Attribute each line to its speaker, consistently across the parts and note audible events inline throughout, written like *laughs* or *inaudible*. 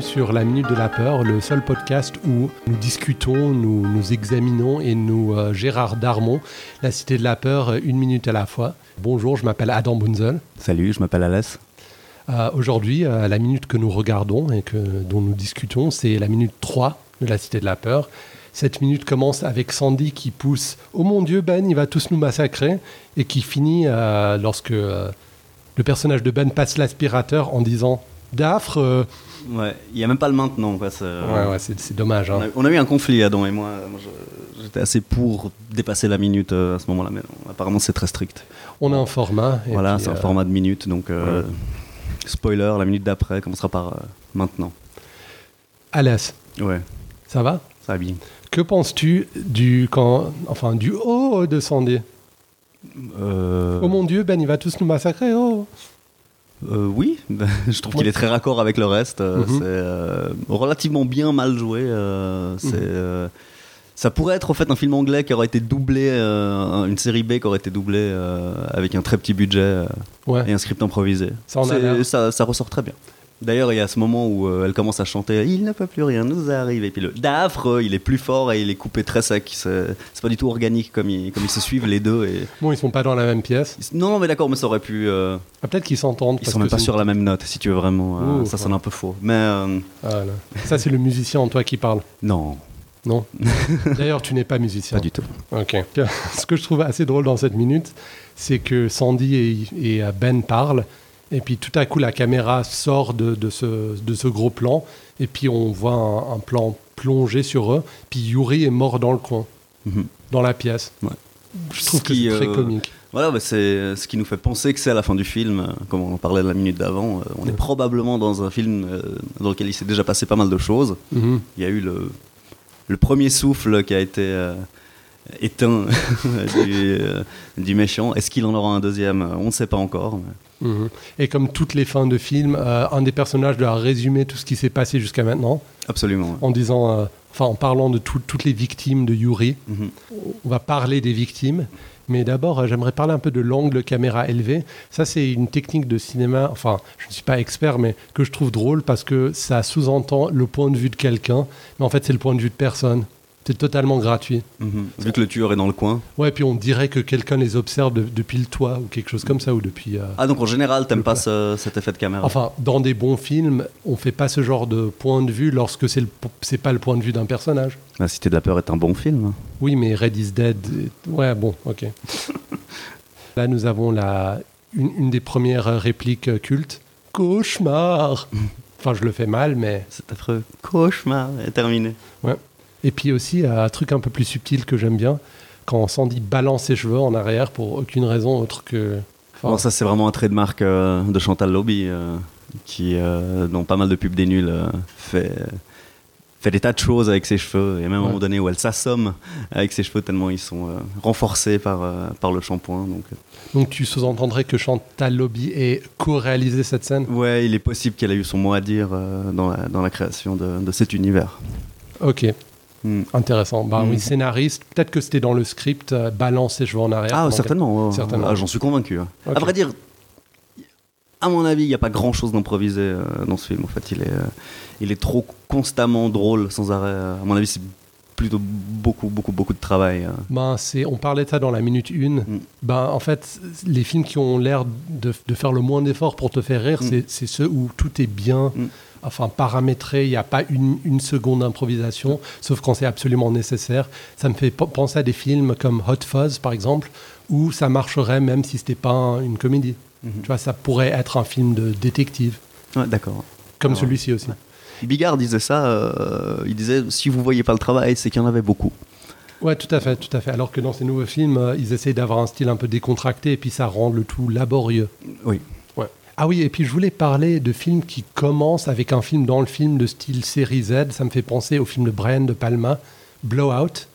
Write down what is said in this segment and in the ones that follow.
Speaker 1: sur la Minute de la Peur, le seul podcast où nous discutons, nous, nous examinons et nous euh, Gérard Darmon, la Cité de la Peur, euh, une minute à la fois. Bonjour, je m'appelle Adam Bunzel.
Speaker 2: Salut, je m'appelle Alas.
Speaker 1: Euh, Aujourd'hui, euh, la minute que nous regardons et que, dont nous discutons, c'est la minute 3 de la Cité de la Peur. Cette minute commence avec Sandy qui pousse « Oh mon Dieu, Ben, il va tous nous massacrer !» et qui finit euh, lorsque euh, le personnage de Ben passe l'aspirateur en disant « Daffre euh,
Speaker 2: Ouais, il n'y a même pas le maintenant. Quoi, c'est-
Speaker 1: Ouais, ouais, c'est c'est dommage.
Speaker 2: On,
Speaker 1: hein.
Speaker 2: a, on a eu un conflit, Adam et moi. Moi, je- J'étais assez pour dépasser la minute euh, à ce moment-là, mais non, apparemment c'est très strict.
Speaker 1: On a un format. et
Speaker 2: voilà,
Speaker 1: puis,
Speaker 2: c'est un
Speaker 1: euh,
Speaker 2: format de minute, donc euh, spoiler, la minute d'après commencera par euh, maintenant.
Speaker 1: Alès,
Speaker 2: Ouais,
Speaker 1: ça va
Speaker 2: ça va bien.
Speaker 1: Que penses-tu du quand, enfin du « Oh » de Sandy
Speaker 2: Euh,
Speaker 1: Oh mon Dieu, Ben, il va tous nous massacrer, oh
Speaker 2: euh, oui, *laughs* je trouve qu'il est très raccord avec le reste. euh,
Speaker 1: Mhm.
Speaker 2: C'est euh, relativement bien mal joué. euh,
Speaker 1: Mhm.
Speaker 2: c'est, euh, ça pourrait être en fait un film anglais qui aurait été doublé, euh, une série B qui aurait été doublée euh, avec un très petit budget. euh, »
Speaker 1: Ouais.
Speaker 2: et un script improvisé.
Speaker 1: Ça en a
Speaker 2: C'est-
Speaker 1: l'air.
Speaker 2: ça- ça ressort très bien. D'ailleurs, il y a ce moment où euh, elle commence à chanter Il ne peut plus rien nous arrive. Et puis le d'affreux, il est plus fort et il est coupé très sec. C'est c'est pas du tout organique comme ils, comme ils se suivent les deux. Et...
Speaker 1: Bon, ils sont pas dans la même pièce.
Speaker 2: ils- Non, non, mais d'accord, mais ça aurait pu. euh,
Speaker 1: Ah, Peut-être qu'ils s'entendent.
Speaker 2: Ils
Speaker 1: parce
Speaker 2: sont même
Speaker 1: que
Speaker 2: pas
Speaker 1: c'est
Speaker 2: sur la même note, si tu veux vraiment. euh,
Speaker 1: Ouh,
Speaker 2: ça
Speaker 1: ouais.
Speaker 2: sonne un peu faux. Mais euh,
Speaker 1: une- Ah, là. Ça, c'est le musicien en toi qui parle.
Speaker 2: non,
Speaker 1: Non.
Speaker 2: *laughs*
Speaker 1: D'ailleurs, tu n'es pas musicien.
Speaker 2: pas du tout.
Speaker 1: Ok. Ce que je trouve assez drôle dans cette minute, c'est que Sandy et, et, euh, Ben parlent, et puis tout à coup la caméra sort de, de ce, de ce gros plan, et puis on voit un, un plan plongé sur eux, puis Yuri est mort dans le coin,
Speaker 2: Mhm.
Speaker 1: dans la pièce.
Speaker 2: Ouais.
Speaker 1: Je trouve
Speaker 2: Ce
Speaker 1: que
Speaker 2: qui,
Speaker 1: c'est très
Speaker 2: euh,
Speaker 1: comique.
Speaker 2: Voilà, bah, c'est ce qui nous fait penser que c'est à la fin du film, euh, comme on en parlait la minute d'avant. euh, on est probablement dans un film euh, dans lequel il s'est déjà passé pas mal de choses.
Speaker 1: Mhm.
Speaker 2: Il y a eu le, le premier souffle qui a été euh, éteint *laughs* du, euh, du méchant. Est-ce qu'il en aura un deuxième On ne sait pas encore. mais-
Speaker 1: Mhm. Et comme toutes les fins de film, euh, un des personnages doit résumer tout ce qui s'est passé jusqu'à maintenant
Speaker 2: Absolument. ouais.
Speaker 1: en disant, euh, enfin en parlant de tout- toutes les victimes de Yuri.
Speaker 2: Mhm.
Speaker 1: On va parler des victimes, mais d'abord euh, j'aimerais parler un peu de l'angle caméra élevé. Ça c'est une technique de cinéma, enfin je ne suis pas expert, mais que je trouve drôle parce que ça sous-entend le point de vue de quelqu'un, mais en fait c'est le point de vue de personne. C'est totalement gratuit.
Speaker 2: Mhm. Vu que le tueur est dans le coin.
Speaker 1: Ouais, puis on dirait que quelqu'un les observe de- depuis le toit ou quelque chose comme ça, ou depuis... euh,
Speaker 2: Ah, donc en général, t'aimes
Speaker 1: Le
Speaker 2: pas
Speaker 1: plat.
Speaker 2: ce- cet effet de caméra
Speaker 1: Enfin, dans des bons films, on fait pas ce genre de point de vue lorsque c'est le po- c'est pas le point de vue d'un personnage.
Speaker 2: La Cité de la Peur est un bon film. hein.
Speaker 1: Oui, mais Red is Dead. est- Ouais, bon, ok.
Speaker 2: *laughs*
Speaker 1: Là, nous avons la une, une des premières euh, répliques euh, cultes.
Speaker 2: *laughs*
Speaker 1: Cauchemar. Enfin, je le fais mal, mais
Speaker 2: Cet affreux cauchemar est terminé.
Speaker 1: ouais. Et puis aussi euh, un truc un peu plus subtil que j'aime bien quand Sandy balance ses cheveux en arrière pour aucune raison autre que. enfin,
Speaker 2: Bon, ça, c'est vraiment un trait de marque euh, de Chantal Lobby, euh, qui, euh, dans pas mal de pubs des nuls, euh, fait, fait des tas de choses avec ses cheveux. Il y a même un
Speaker 1: Ouais.
Speaker 2: moment donné où elle s'assomme avec ses cheveux tellement ils sont euh, renforcés par, euh, par le shampoing. Donc, euh.
Speaker 1: Donc, tu sous-entendrais que Chantal Lobby ait co-réalisé cette scène.
Speaker 2: ouais, il est possible qu'elle ait eu son mot à dire euh, dans, la, dans la création de, de cet univers.
Speaker 1: Ok.
Speaker 2: Hmm.
Speaker 1: Intéressant. Bah
Speaker 2: Mm.
Speaker 1: oui, scénariste. Peut-être que c'était dans le script, euh, balance et je vais Hein, en arrière.
Speaker 2: Ah,
Speaker 1: Donc,
Speaker 2: certainement. ouais.
Speaker 1: Certainement.
Speaker 2: Ah, J'en suis convaincu. hein.
Speaker 1: Ok.
Speaker 2: À vrai dire, à mon avis, il n'y a pas grand-chose d'improvisé euh, dans ce film. En fait, il est, euh, il est trop constamment drôle, sans arrêt. euh. À mon avis, c'est plutôt beaucoup, beaucoup, beaucoup de travail. euh.
Speaker 1: Ben, c'est, on parlait de ça dans la minute 1.
Speaker 2: Mm.
Speaker 1: Ben, en fait, les films qui ont l'air de, de faire le moins d'efforts pour te faire rire,
Speaker 2: Mm.
Speaker 1: c'est, c'est ceux où tout est bien,
Speaker 2: Mm.
Speaker 1: enfin paramétré, il n'y a pas une, une seconde
Speaker 2: Mm.
Speaker 1: d'improvisation, sauf quand c'est absolument nécessaire. Ça me fait p- penser à des films comme Hot Fuzz, par exemple, où ça marcherait même si c'était pas un- une comédie.
Speaker 2: Mm.
Speaker 1: Tu vois, ça pourrait être un film de détective,
Speaker 2: Ouais, D'accord.
Speaker 1: comme
Speaker 2: Alors,
Speaker 1: celui-ci aussi.
Speaker 2: Bigard disait ça. euh, il disait si vous voyez pas le travail, c'est qu'il y en avait beaucoup.
Speaker 1: Ouais, tout à fait, tout à fait. Alors que dans ces nouveaux films, euh, ils essayent d'avoir un style un peu décontracté et puis ça rend le tout laborieux.
Speaker 2: Oui.
Speaker 1: Ouais. Ah oui, et puis je voulais parler de films qui commencent avec un film dans le film de style série Z. Ça me fait penser au film de Brian de Palma, Blowout,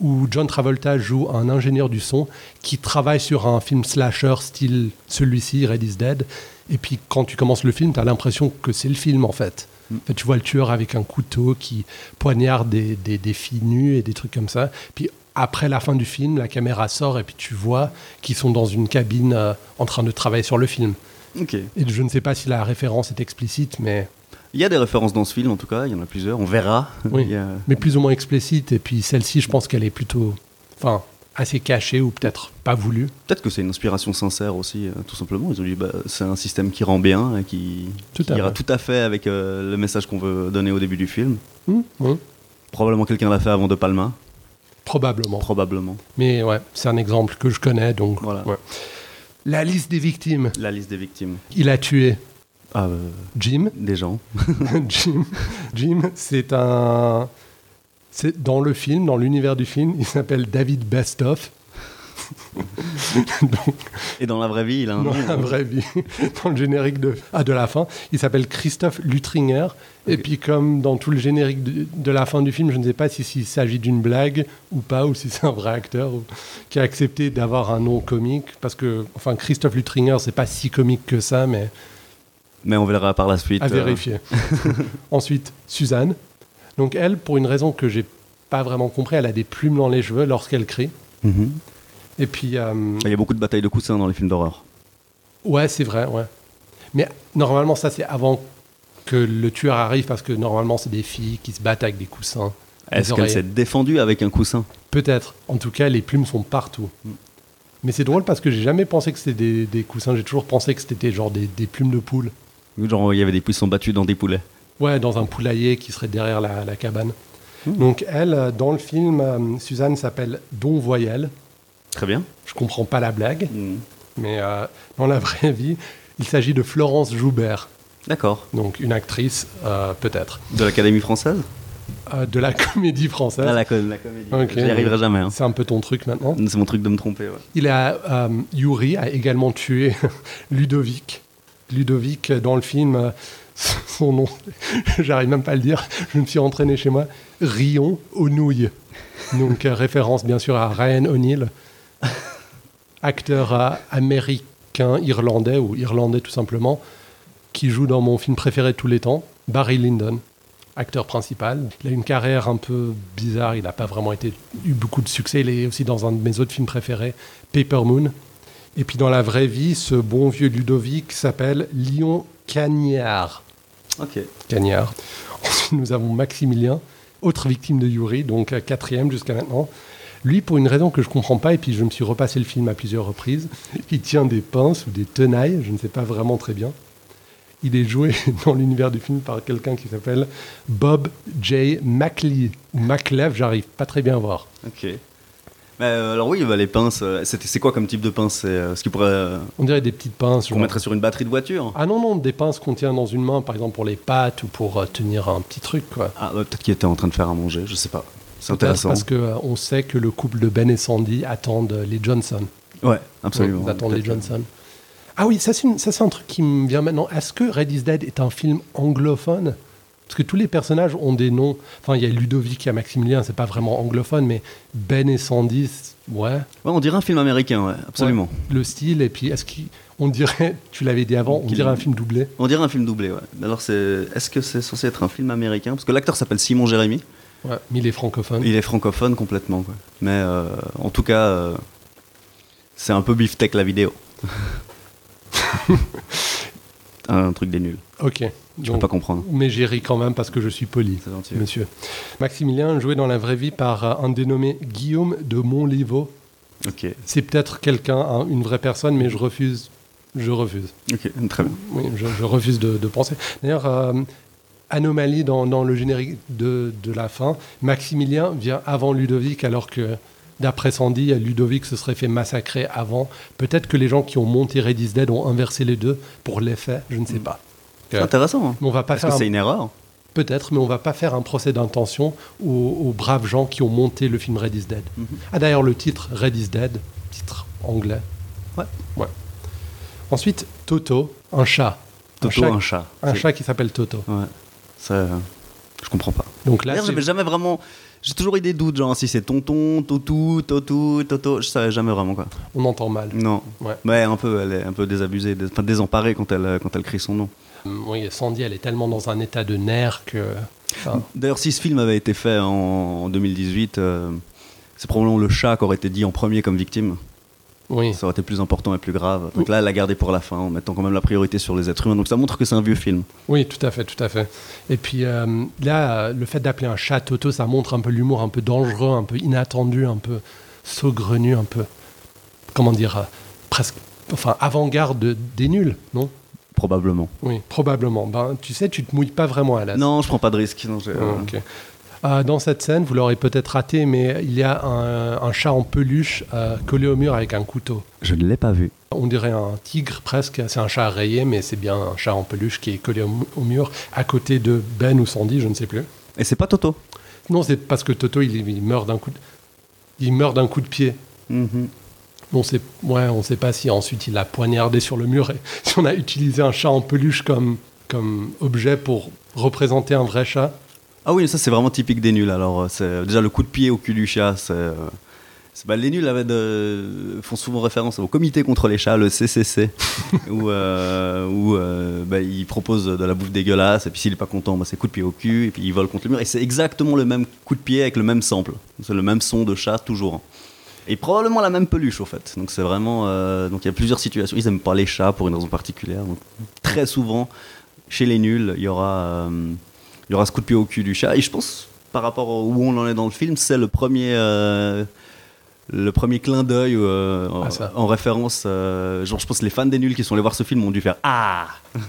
Speaker 1: où John Travolta joue un ingénieur du son qui travaille sur un film slasher style celui-ci, Red is Dead. Et puis quand tu commences le film, tu as l'impression que c'est le film en fait. En fait, Tu vois le tueur avec un couteau qui poignarde des, des, des filles nues et des trucs comme ça. Puis après la fin du film, la caméra sort et puis tu vois qu'ils sont dans une cabine euh, en train de travailler sur le film.
Speaker 2: Ok.
Speaker 1: Et je ne sais pas si la référence est explicite, mais
Speaker 2: Il y a des références dans ce film, en tout cas, il y en a plusieurs, on verra.
Speaker 1: Oui.
Speaker 2: Il y a-
Speaker 1: Mais plus ou moins explicite. Et puis celle-ci, je pense qu'elle est plutôt. Enfin, assez cachée ou peut-être pas voulue.
Speaker 2: Peut-être que c'est une inspiration sincère aussi, euh, tout simplement. Ils ont dit, bah, c'est un système qui rend bien et qui,
Speaker 1: Tout
Speaker 2: qui
Speaker 1: à
Speaker 2: ira
Speaker 1: fait.
Speaker 2: tout à fait avec euh, le message qu'on veut donner au début du film.
Speaker 1: Hmm, hmm,
Speaker 2: Probablement quelqu'un l'a fait avant De Palma,
Speaker 1: Probablement.
Speaker 2: probablement.
Speaker 1: Mais ouais, c'est un exemple que je connais. Donc,
Speaker 2: Voilà.
Speaker 1: ouais. La liste des victimes.
Speaker 2: La liste des victimes.
Speaker 1: Il a tué
Speaker 2: Ah, euh,
Speaker 1: Jim.
Speaker 2: des gens.
Speaker 1: *laughs* Jim, Jim c'est un. C'est dans le film, dans l'univers du film, il s'appelle David Bestoff. Donc,
Speaker 2: Et dans la vraie vie, il a un
Speaker 1: dans
Speaker 2: nom. hein.
Speaker 1: la vraie vie, *laughs* dans le générique de, ah, de la fin, il s'appelle Christophe Lutringer. Et
Speaker 2: Ok.
Speaker 1: puis, comme dans tout le générique de, de la fin du film, je ne sais pas si- s'il s'agit d'une blague ou pas, ou si c'est un vrai acteur ou- qui a accepté d'avoir un nom comique. Parce que, enfin, Christophe Lutringer, c'est pas si comique que ça, mais
Speaker 2: Mais on verra par la suite.
Speaker 1: à
Speaker 2: euh,
Speaker 1: vérifier. Ensuite, Suzanne. Donc elle, pour une raison que j'ai pas vraiment compris, elle a des plumes dans les cheveux lorsqu'elle crie.
Speaker 2: mhm.
Speaker 1: Et puis, euh,
Speaker 2: Il y a beaucoup de batailles de coussins dans les films d'horreur.
Speaker 1: ouais, c'est vrai, ouais. Mais normalement, ça, c'est avant que le tueur arrive, parce que normalement, c'est des filles qui se battent avec des coussins. des
Speaker 2: Est-ce qu'elle
Speaker 1: oreillers.
Speaker 2: s'est défendue avec un coussin
Speaker 1: Peut-être. En tout cas, les plumes sont partout. Mais c'est drôle parce que j'ai jamais pensé que c'était des, des coussins. J'ai toujours pensé que c'était genre des, des plumes de poule.
Speaker 2: Genre, il y avait des poussins battus dans des poulets.
Speaker 1: Ouais, dans un poulailler qui serait derrière la, la cabane.
Speaker 2: Hmm.
Speaker 1: Donc elle, euh, dans le film, euh, Suzanne s'appelle Don Voyelle.
Speaker 2: Très bien.
Speaker 1: Je comprends pas la blague,
Speaker 2: Mhm.
Speaker 1: mais euh, dans la vraie *laughs* vie, il s'agit de Florence Joubert,
Speaker 2: D'accord.
Speaker 1: donc une actrice euh, peut-être
Speaker 2: De l'Académie française
Speaker 1: euh, de la *laughs* comédie française.
Speaker 2: Ah, la, com- la comédie.
Speaker 1: Ok.
Speaker 2: J'y arriverai jamais. hein.
Speaker 1: C'est un peu ton truc maintenant.
Speaker 2: C'est mon truc de me tromper. ouais.
Speaker 1: Il a euh, Yuri a également tué *laughs* Ludovic. Ludovic euh, dans le film, euh, *laughs* son nom, *laughs* j'arrive même pas à le dire. Je me suis entraîné chez moi. Rion aux nouilles. Donc euh, référence bien sûr à Ryan O'Neill, acteur euh, américain irlandais ou irlandais tout simplement, qui joue dans mon film préféré de tous les temps, Barry Lyndon. Acteur principal. Il a une carrière un peu bizarre, il n'a pas vraiment été, eu beaucoup de succès. Il est aussi dans un de mes autres films préférés, Paper Moon. Et puis dans la vraie vie, ce bon vieux Ludovic s'appelle Lion Cagnard.
Speaker 2: Ok.
Speaker 1: Cagnard. *laughs* Ensuite, nous avons Maximilien, autre victime de Yuri, donc euh, quatrième jusqu'à maintenant. Lui, pour une raison que je comprends pas, et puis je me suis repassé le film à plusieurs reprises, *laughs* il tient des pinces ou des tenailles, je ne sais pas vraiment très bien. Il est joué *laughs* dans l'univers du film par quelqu'un qui s'appelle Bob J. Macley. Ou Maclev, j'arrive pas très bien à voir.
Speaker 2: Ok. Mais, euh, alors oui, bah, les pinces, euh, c'était- c'est quoi comme type de pince C'est euh, ce qui pourrait euh,
Speaker 1: On dirait des petites pinces.
Speaker 2: qu'on
Speaker 1: genre-
Speaker 2: mettrait sur une batterie de voiture
Speaker 1: Ah non, non, des pinces qu'on tient dans une main, par exemple pour les pattes ou pour euh, tenir un petit truc, quoi.
Speaker 2: Ah, bah, peut-être qu'il était en train de faire à manger, je sais pas. C'est intéressant.
Speaker 1: Parce que euh, on sait que le couple de Ben et Sandy attendent euh, les Johnson.
Speaker 2: Ouais, absolument.
Speaker 1: Ils attendent les
Speaker 2: Peut-être.
Speaker 1: Johnson. Ah oui, ça c'est une- ça, c'est un truc qui me vient maintenant. Est-ce que Red is Dead est un film anglophone Parce que tous les personnages ont des noms. Enfin, il y a Ludovic, il y a Maximilien, c'est pas vraiment anglophone, mais Ben et Sandy, c- ouais,
Speaker 2: Ouais, on dirait un film américain, ouais, absolument.
Speaker 1: le style. Et puis, est-ce qu'on dirait, *laughs* tu l'avais dit avant, on
Speaker 2: Qu'il-
Speaker 1: dirait un film doublé
Speaker 2: On dirait un film doublé, ouais. Mais Alors, c'est... est-ce que c'est censé être un film américain Parce que l'acteur s'appelle Simon Jérémy.
Speaker 1: Ouais, mais il est francophone.
Speaker 2: Il est francophone complètement, quoi. Mais euh, en tout cas, euh, c'est un peu beefsteak
Speaker 1: *laughs*
Speaker 2: la vidéo. un truc des nuls.
Speaker 1: Ok.
Speaker 2: Je peux
Speaker 1: donc-
Speaker 2: pas comprendre.
Speaker 1: mais j'ai ri quand même parce que je suis poli.
Speaker 2: C'est gentil.
Speaker 1: Monsieur. Maximilien, joué dans la vraie vie par euh, un dénommé Guillaume de Montlivaud.
Speaker 2: Ok,
Speaker 1: C'est peut-être quelqu'un, hein, une vraie personne, mais je refuse. Je refuse.
Speaker 2: ok, très bien.
Speaker 1: Oui, je, je refuse de, de penser. D'ailleurs, euh, anomalie dans, dans le générique de, de la fin, Maximilien vient avant Ludovic, alors que d'après Sandy, Ludovic se serait fait massacrer avant. Peut-être que les gens qui ont monté Red is Dead ont inversé les deux pour l'effet, je ne sais pas.
Speaker 2: C'est intéressant. hein.
Speaker 1: Mais on va pas
Speaker 2: Est-ce que
Speaker 1: faire un-
Speaker 2: c'est une erreur
Speaker 1: Peut-être, mais on va pas faire un procès d'intention aux, aux braves gens qui ont monté le film Red is Dead.
Speaker 2: Mhm.
Speaker 1: Ah d'ailleurs, le titre Red is Dead, titre anglais.
Speaker 2: Ouais.
Speaker 1: Ouais. Ensuite, Toto, un chat. un
Speaker 2: Toto,
Speaker 1: chat,
Speaker 2: un chat.
Speaker 1: un
Speaker 2: C'est-
Speaker 1: chat qui s'appelle Toto.
Speaker 2: Ouais. Ça, euh, je comprends pas.
Speaker 1: Donc là,
Speaker 2: D'ailleurs,
Speaker 1: c'est-
Speaker 2: j'avais jamais vraiment. J'ai toujours eu des doutes, genre si c'est tonton, totou, totou, toto. Je savais jamais vraiment quoi.
Speaker 1: on entend mal.
Speaker 2: Non.
Speaker 1: Ouais.
Speaker 2: Mais un peu, elle est un peu désabusée, dés- enfin, désemparée quand elle, euh, quand elle crie son nom.
Speaker 1: Hum, Oui, Sandy, elle est tellement dans un état de nerfs que. enfin,
Speaker 2: D'ailleurs, si ce film avait été fait en, en 2018, euh, c'est probablement le chat qui aurait été dit en premier comme victime.
Speaker 1: Oui.
Speaker 2: Ça aurait été plus important et plus grave. Donc là, elle l'a gardé pour la fin, en mettant quand même la priorité sur les êtres humains. Donc ça montre que c'est un vieux film.
Speaker 1: Oui, tout à fait, tout à fait. Et puis euh, là, euh, le fait d'appeler un chat Toto, ça montre un peu l'humour un peu dangereux, un peu inattendu, un peu saugrenu, un peu, comment dire, euh, presque, enfin, avant-garde de- des nuls, non
Speaker 2: Probablement.
Speaker 1: Oui, probablement. Ben, tu sais, tu te mouilles pas vraiment à la Ah,
Speaker 2: Non, je prends pas de risque. Non, j'ai- euh,
Speaker 1: Oh, Ok. Euh, dans cette scène, vous l'aurez peut-être raté, mais il y a un, un chat en peluche euh, collé au mur avec un couteau.
Speaker 2: Je ne l'ai pas vu.
Speaker 1: On dirait un tigre presque. C'est un chat rayé, mais c'est bien un chat en peluche qui est collé au, mu- au mur à côté de Ben ou Sandy, je ne sais plus.
Speaker 2: Et c'est pas Toto.
Speaker 1: Non, c'est parce que Toto, il, il meurt d'un coup. De, il meurt d'un coup de pied.
Speaker 2: Mhm.
Speaker 1: On sait, ouais, on sait pas si ensuite il a poignardé sur le mur et *laughs* si on a utilisé un chat en peluche comme comme objet pour représenter un vrai chat.
Speaker 2: Ah oui, ça c'est vraiment typique des nuls. Alors euh, c'est déjà le coup de pied au cul du chat. C'est, euh, c'est- bah, les nuls avaient de- font souvent référence au comité contre les chats, le CCC, où, euh, où, euh, bah, ils proposent de la bouffe dégueulasse. Et puis s'il n'est pas content, bah, c'est coup de pied au cul. Et puis ils volent contre le mur. Et c'est exactement le même coup de pied avec le même sample. C'est le même son de chat toujours. Et probablement la même peluche au fait. Donc c'est vraiment. euh, donc il y a plusieurs situations. Ils aiment pas les chats pour une raison particulière. Donc, très souvent, chez les nuls, il y aura. euh, il y aura ce coup de pied au cul du chat. Et je pense, par rapport à où on en est dans le film, c'est le premier, euh, le premier clin d'œil euh, en,
Speaker 1: Ah, ça.
Speaker 2: en référence. euh, genre, je pense que les fans des nuls qui sont allés voir ce film ont dû faire Ah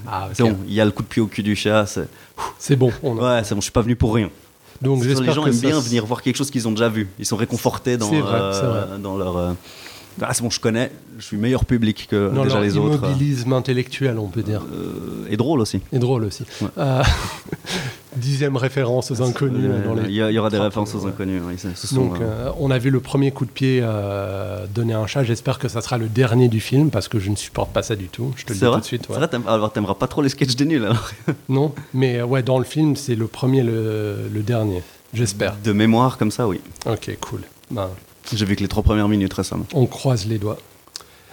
Speaker 1: Ah,
Speaker 2: C'est bon, il y a le coup de pied au cul du chat. c'est-
Speaker 1: C'est bon. on a-
Speaker 2: Ouais, c'est bon, je suis pas venu pour rien.
Speaker 1: Donc
Speaker 2: C'est sûr,
Speaker 1: j'espère
Speaker 2: les gens
Speaker 1: que
Speaker 2: aiment
Speaker 1: ça
Speaker 2: bien
Speaker 1: s-
Speaker 2: venir voir quelque chose qu'ils ont déjà vu. Ils sont réconfortés dans,
Speaker 1: C'est vrai,
Speaker 2: euh,
Speaker 1: c'est
Speaker 2: dans leur. euh, ah, c'est bon, je connais, je suis meilleur public que
Speaker 1: Non,
Speaker 2: euh, déjà
Speaker 1: leur
Speaker 2: les autres.
Speaker 1: immobilisme intellectuel, on peut dire.
Speaker 2: Euh, et drôle aussi.
Speaker 1: Et drôle aussi.
Speaker 2: Ouais.
Speaker 1: Euh, *laughs* dixième référence aux inconnus.
Speaker 2: Euh,
Speaker 1: là, dans les...
Speaker 2: Il y, a- il y aura des
Speaker 1: Ah,
Speaker 2: références aux
Speaker 1: ouais.
Speaker 2: inconnus. oui, ce- ce sont,
Speaker 1: Donc,
Speaker 2: euh,
Speaker 1: euh, on a vu le premier coup de pied euh, donné à un chat. J'espère que ça sera le dernier du film parce que je ne supporte pas ça du tout. Je te le dis
Speaker 2: C'est vrai,
Speaker 1: tout de suite.
Speaker 2: C'est
Speaker 1: ouais.
Speaker 2: vrai, t'aimes- alors t'aimeras pas trop les sketchs des nuls alors.
Speaker 1: Non, mais euh, ouais, dans le film, c'est le premier, le, le dernier. J'espère.
Speaker 2: De mémoire comme ça, oui.
Speaker 1: Ok, cool. Ben,
Speaker 2: J'ai vu que les trois premières minutes récemment.
Speaker 1: on croise les doigts.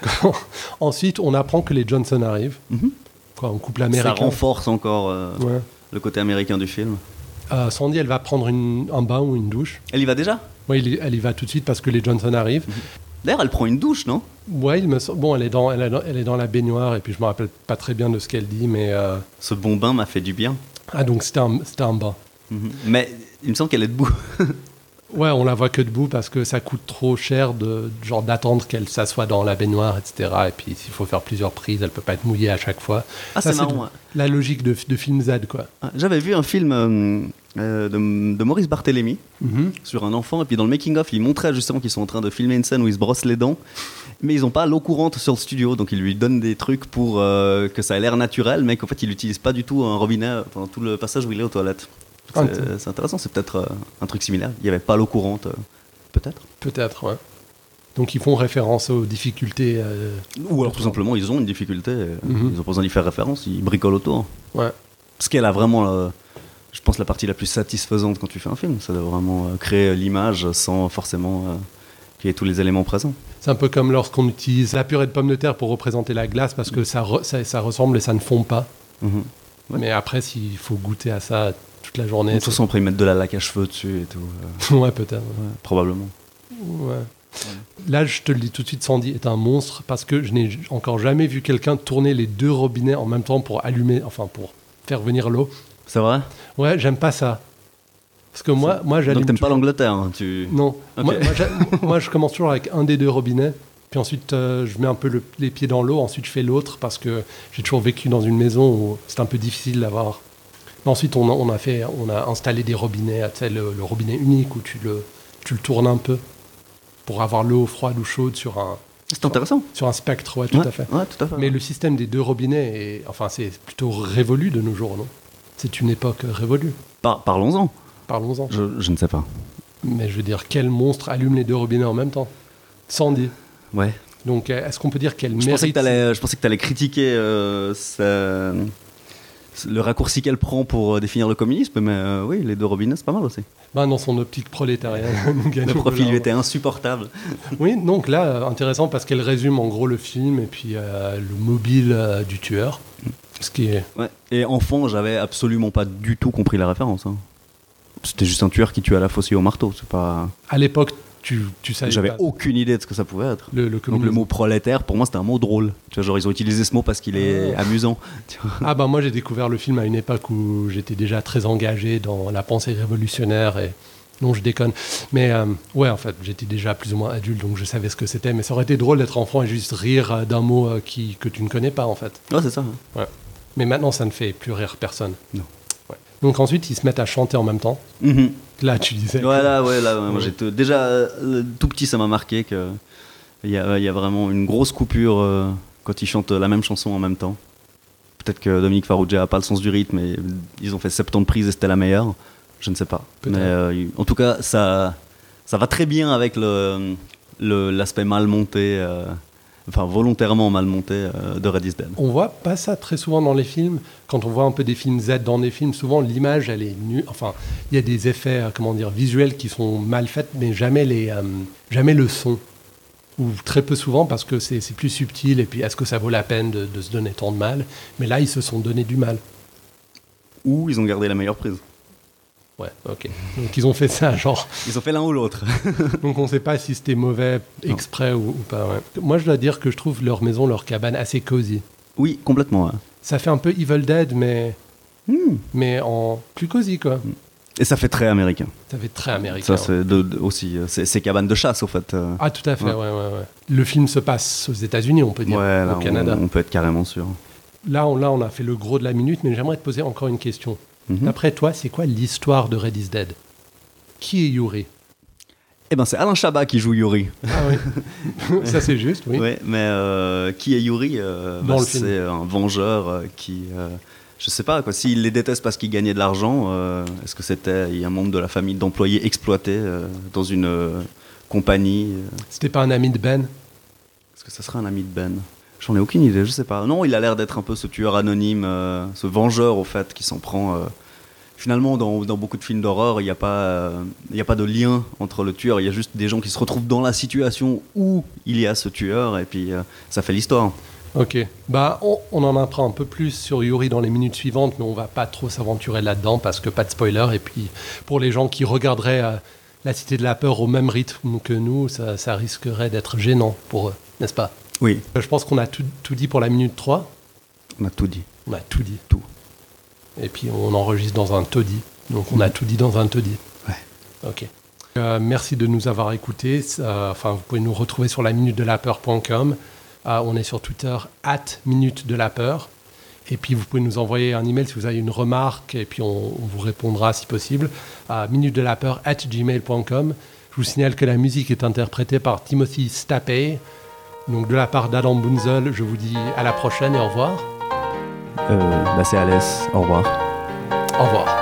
Speaker 1: *laughs* Ensuite, on apprend que les Johnson arrivent.
Speaker 2: Mhm.
Speaker 1: Quoi, un couple américain.
Speaker 2: Ça renforce encore euh,
Speaker 1: Ouais.
Speaker 2: le côté américain du film.
Speaker 1: Euh, Sandy, elle va prendre une- un bain ou une douche.
Speaker 2: Elle y va déjà
Speaker 1: Ouais, il y- elle y va tout de suite parce que les Johnson arrivent.
Speaker 2: D'ailleurs, elle prend une douche, non
Speaker 1: Ouais, il me sem- bon, elle est dans, elle est dans, elle est dans la baignoire et puis je me rappelle pas très bien de ce qu'elle dit, mais euh,
Speaker 2: Ce bon bain m'a fait du bien.
Speaker 1: ah donc c'était un, c'était un bain.
Speaker 2: Mhm. Mais il me semble qu'elle est debout.
Speaker 1: Ouais, on la voit que debout parce que ça coûte trop cher de genre d'attendre qu'elle s'assoie dans la baignoire, etc. Et puis s'il faut faire plusieurs prises, elle peut pas être mouillée à chaque fois.
Speaker 2: Ah,
Speaker 1: Ça,
Speaker 2: c'est
Speaker 1: de-
Speaker 2: marrant. hein.
Speaker 1: La logique de, de film Z, quoi.
Speaker 2: Ah, J'avais vu un film euh, euh, de, de Maurice Barthélémy
Speaker 1: Mm-hmm.
Speaker 2: sur un enfant, et puis dans le making-of, il montrait justement qu'ils sont en train de filmer une scène où ils se brossent les dents, mais ils n'ont pas l'eau courante sur le studio, donc ils lui donnent des trucs pour euh, que ça ait l'air naturel, mais qu'en fait, ils n'utilisent pas du tout un robinet pendant tout le passage où il est aux toilettes. C'est
Speaker 1: Ah,
Speaker 2: c'est intéressant, c'est peut-être euh, un truc similaire. Il n'y avait pas l'eau courante, euh, peut-être.
Speaker 1: Peut-être, ouais. Donc ils font référence aux difficultés. euh,
Speaker 2: Ou alors tout simplement, ils ont une difficulté, euh,
Speaker 1: Mhm.
Speaker 2: ils ont pas besoin d'y faire référence, ils bricolent autour.
Speaker 1: ouais.
Speaker 2: Parce qu'elle a vraiment, euh, je pense, la partie la plus satisfaisante quand tu fais un film. Ça doit vraiment euh, créer l'image sans forcément euh, qu'il y ait tous les éléments présents.
Speaker 1: C'est un peu comme lorsqu'on utilise la purée de pommes de terre pour représenter la glace parce que ça, re- ça, ça ressemble et ça ne fond pas.
Speaker 2: Mhm. Ouais.
Speaker 1: Mais après, s'il faut goûter à ça toute la
Speaker 2: De
Speaker 1: journée,
Speaker 2: toute façon, après, ils mettent de la laque à cheveux dessus et tout. euh,
Speaker 1: c'est- *laughs* ouais, peut-être.
Speaker 2: ouais, probablement.
Speaker 1: ouais. Là, je te le dis tout de suite, Sandy est un monstre parce que je n'ai j- encore jamais vu quelqu'un tourner les deux robinets en même temps pour allumer, enfin pour faire venir l'eau.
Speaker 2: C'est vrai
Speaker 1: Ouais, j'aime pas ça. Parce que moi, moi j'allume.
Speaker 2: Donc, t'aimes pas
Speaker 1: toujours-
Speaker 2: l'Angleterre hein, tu...
Speaker 1: Non.
Speaker 2: Ok.
Speaker 1: Moi, moi, j'a- moi, je commence toujours avec un des deux robinets. Puis ensuite, euh, je mets un peu le- les pieds dans l'eau. Ensuite, je fais l'autre parce que j'ai toujours vécu dans une maison où c'est un peu difficile d'avoir. Mais ensuite, on, a- on a fait, on a installé des robinets, tu sais, le, le robinet unique où tu le, tu le tournes un peu pour avoir l'eau froide ou chaude sur un,
Speaker 2: C'est intéressant.
Speaker 1: sur un spectre, ouais, tout
Speaker 2: Ouais,
Speaker 1: à fait.
Speaker 2: ouais, tout à fait.
Speaker 1: Mais le système des deux robinets, est, enfin, c'est plutôt révolu de nos jours, non C'est une époque révolue.
Speaker 2: Par- Parlons-en.
Speaker 1: Parlons-en.
Speaker 2: Je, je ne sais pas.
Speaker 1: Mais je veux dire, quel monstre allume les deux robinets en même temps Sandy.
Speaker 2: Ouais.
Speaker 1: Donc, euh, est-ce qu'on peut dire qu'elle
Speaker 2: Je pensais que
Speaker 1: mérite
Speaker 2: t'allais, euh, je pensais que t'allais critiquer euh, sa- le raccourci qu'elle prend pour euh, définir le communisme, mais euh, oui, les deux robinets, c'est pas mal aussi.
Speaker 1: Ben, Dans son optique prolétarienne,
Speaker 2: *laughs*
Speaker 1: nous
Speaker 2: Le
Speaker 1: gagnons
Speaker 2: profil lui
Speaker 1: de
Speaker 2: était insupportable.
Speaker 1: l'argent. Oui, donc là, euh, intéressant parce qu'elle résume en gros le film et puis euh, le mobile euh, du tueur. Ce qui est.
Speaker 2: Ouais. Et enfant, j'avais absolument pas du tout compris la référence. hein. C'était juste un tueur qui tuait à la faucille au marteau. C'est pas.
Speaker 1: À l'époque, tu, tu savais
Speaker 2: J'avais
Speaker 1: pas.
Speaker 2: aucune idée de ce que ça pouvait être.
Speaker 1: Le, le
Speaker 2: Donc le
Speaker 1: communisme.
Speaker 2: mot prolétaire, pour moi, c'était un mot drôle. Tu vois, genre, ils ont utilisé ce mot parce qu'il est amusant. Tu vois.
Speaker 1: Ah ben moi j'ai découvert le film à une époque où j'étais déjà très engagé dans la pensée révolutionnaire et non je déconne mais euh, ouais en fait j'étais déjà plus ou moins adulte donc je savais ce que c'était mais ça aurait été drôle d'être enfant et juste rire euh, d'un mot euh, qui que tu ne connais pas en fait
Speaker 2: Ouais, c'est ça. hein.
Speaker 1: ouais. mais maintenant ça ne fait plus rire personne
Speaker 2: Non.
Speaker 1: Ouais. donc ensuite ils se mettent à chanter en même temps
Speaker 2: Mhm.
Speaker 1: là tu disais que-
Speaker 2: Voilà, ouais, là, ouais, moi,
Speaker 1: Ouais.
Speaker 2: j'étais- déjà euh, tout petit, ça m'a marqué que il y a, il y a vraiment une grosse coupure euh, quand ils chantent la même chanson en même temps. Peut-être que Dominique Farrugia a pas le sens du rythme, et ils ont fait 70 prises et c'était la meilleure. Je ne sais pas.
Speaker 1: Peut-être.
Speaker 2: Mais euh, il- en tout cas, ça, ça va très bien avec le le- l'aspect mal monté, euh, enfin volontairement mal monté euh, de Red Is Dead.
Speaker 1: On voit pas ça très souvent dans les films. Quand on voit un peu des films Z dans des films, souvent l'image elle est nue. Enfin, il y a des effets, euh, comment dire, visuels qui sont mal faits, mais jamais les, euh, jamais le son ou très peu souvent parce que c'est c'est plus subtil. Et puis, est-ce que ça vaut la peine de, de se donner tant de mal Mais là, ils se sont donné du mal.
Speaker 2: Ou ils ont gardé la meilleure prise.
Speaker 1: Ouais, ok. Donc ils ont fait ça, genre. *laughs*
Speaker 2: Ils ont fait l'un ou l'autre. *laughs*
Speaker 1: Donc on ne sait pas si c'était mauvais exprès ou, ou pas. ouais. Moi, je dois dire que je trouve leur maison, leur cabane assez cosy.
Speaker 2: oui, complètement. ouais.
Speaker 1: Ça fait un peu Evil Dead, mais
Speaker 2: Hmm.
Speaker 1: mais en plus cosy quoi.
Speaker 2: Et ça fait très américain.
Speaker 1: Ça fait très américain.
Speaker 2: Ça, c'est de- de- aussi. euh, C'est c'est cabane de chasse, au fait. euh.
Speaker 1: Ah, tout à fait, ouais.
Speaker 2: Ouais.
Speaker 1: Ouais, ouais. Le film se passe aux États-Unis, on peut dire,
Speaker 2: ouais, là,
Speaker 1: au
Speaker 2: on-
Speaker 1: Canada.
Speaker 2: On, peut être carrément sûr.
Speaker 1: Là, on, là, on a fait le gros de la minute, mais j'aimerais te poser encore une question.
Speaker 2: Mhm.
Speaker 1: D'après toi, c'est quoi l'histoire de Red is Dead Qui est Yuri
Speaker 2: Eh ben, c'est Alain Chabat qui joue Yuri.
Speaker 1: Ah oui, *laughs* ça c'est juste, oui.
Speaker 2: Ouais, mais euh, qui est Yuri euh,
Speaker 1: Dans le film.
Speaker 2: C'est un vengeur euh, qui. euh, je sais pas, quoi. S'il les déteste parce qu'il gagnait de l'argent, euh, est-ce que c'était un membre de la famille d'employés exploités euh, dans une euh, compagnie euh,
Speaker 1: C'était pas un ami de Ben
Speaker 2: Est-ce que ça serait un ami de Ben J'en ai aucune idée, je sais pas. Non, il a l'air d'être un peu ce tueur anonyme, euh, ce vengeur au fait, qui s'en prend. euh. Finalement, dans, dans beaucoup de films d'horreur, il n'y a, pas, euh, il y a pas de lien entre le tueur, il y a juste des gens qui se retrouvent dans la situation où il y a ce tueur, et puis euh, ça fait l'histoire.
Speaker 1: Ok. Bah, on, on en apprend un peu plus sur Yuri dans les minutes suivantes, mais on va pas trop s'aventurer là-dedans parce que pas de spoiler. Et puis, pour les gens qui regarderaient euh, La Cité de la Peur au même rythme que nous, ça, ça risquerait d'être gênant pour eux, n'est-ce pas
Speaker 2: Oui,
Speaker 1: Euh, Je pense qu'on a tout, tout dit pour la minute 3.
Speaker 2: on a tout dit.
Speaker 1: On a tout dit.
Speaker 2: Tout.
Speaker 1: Et puis on enregistre dans un taudis. Donc on a tout dit dans un taudis.
Speaker 2: Ouais.
Speaker 1: Ok. Euh, merci de nous avoir écoutés. Ça- Enfin, vous pouvez nous retrouver sur la minute de la peur.com. Euh, on est sur Twitter, at minute de la peur. Et puis vous pouvez nous envoyer un email si vous avez une remarque et puis on, on vous répondra si possible à minute de la peur at gmail.com. Je vous signale que la musique est interprétée par Timothy Stapey. Donc de la part d'Adam Bunzel, je vous dis à la prochaine et au revoir.
Speaker 2: Euh, bah c'est Alès, au revoir.
Speaker 1: Au revoir.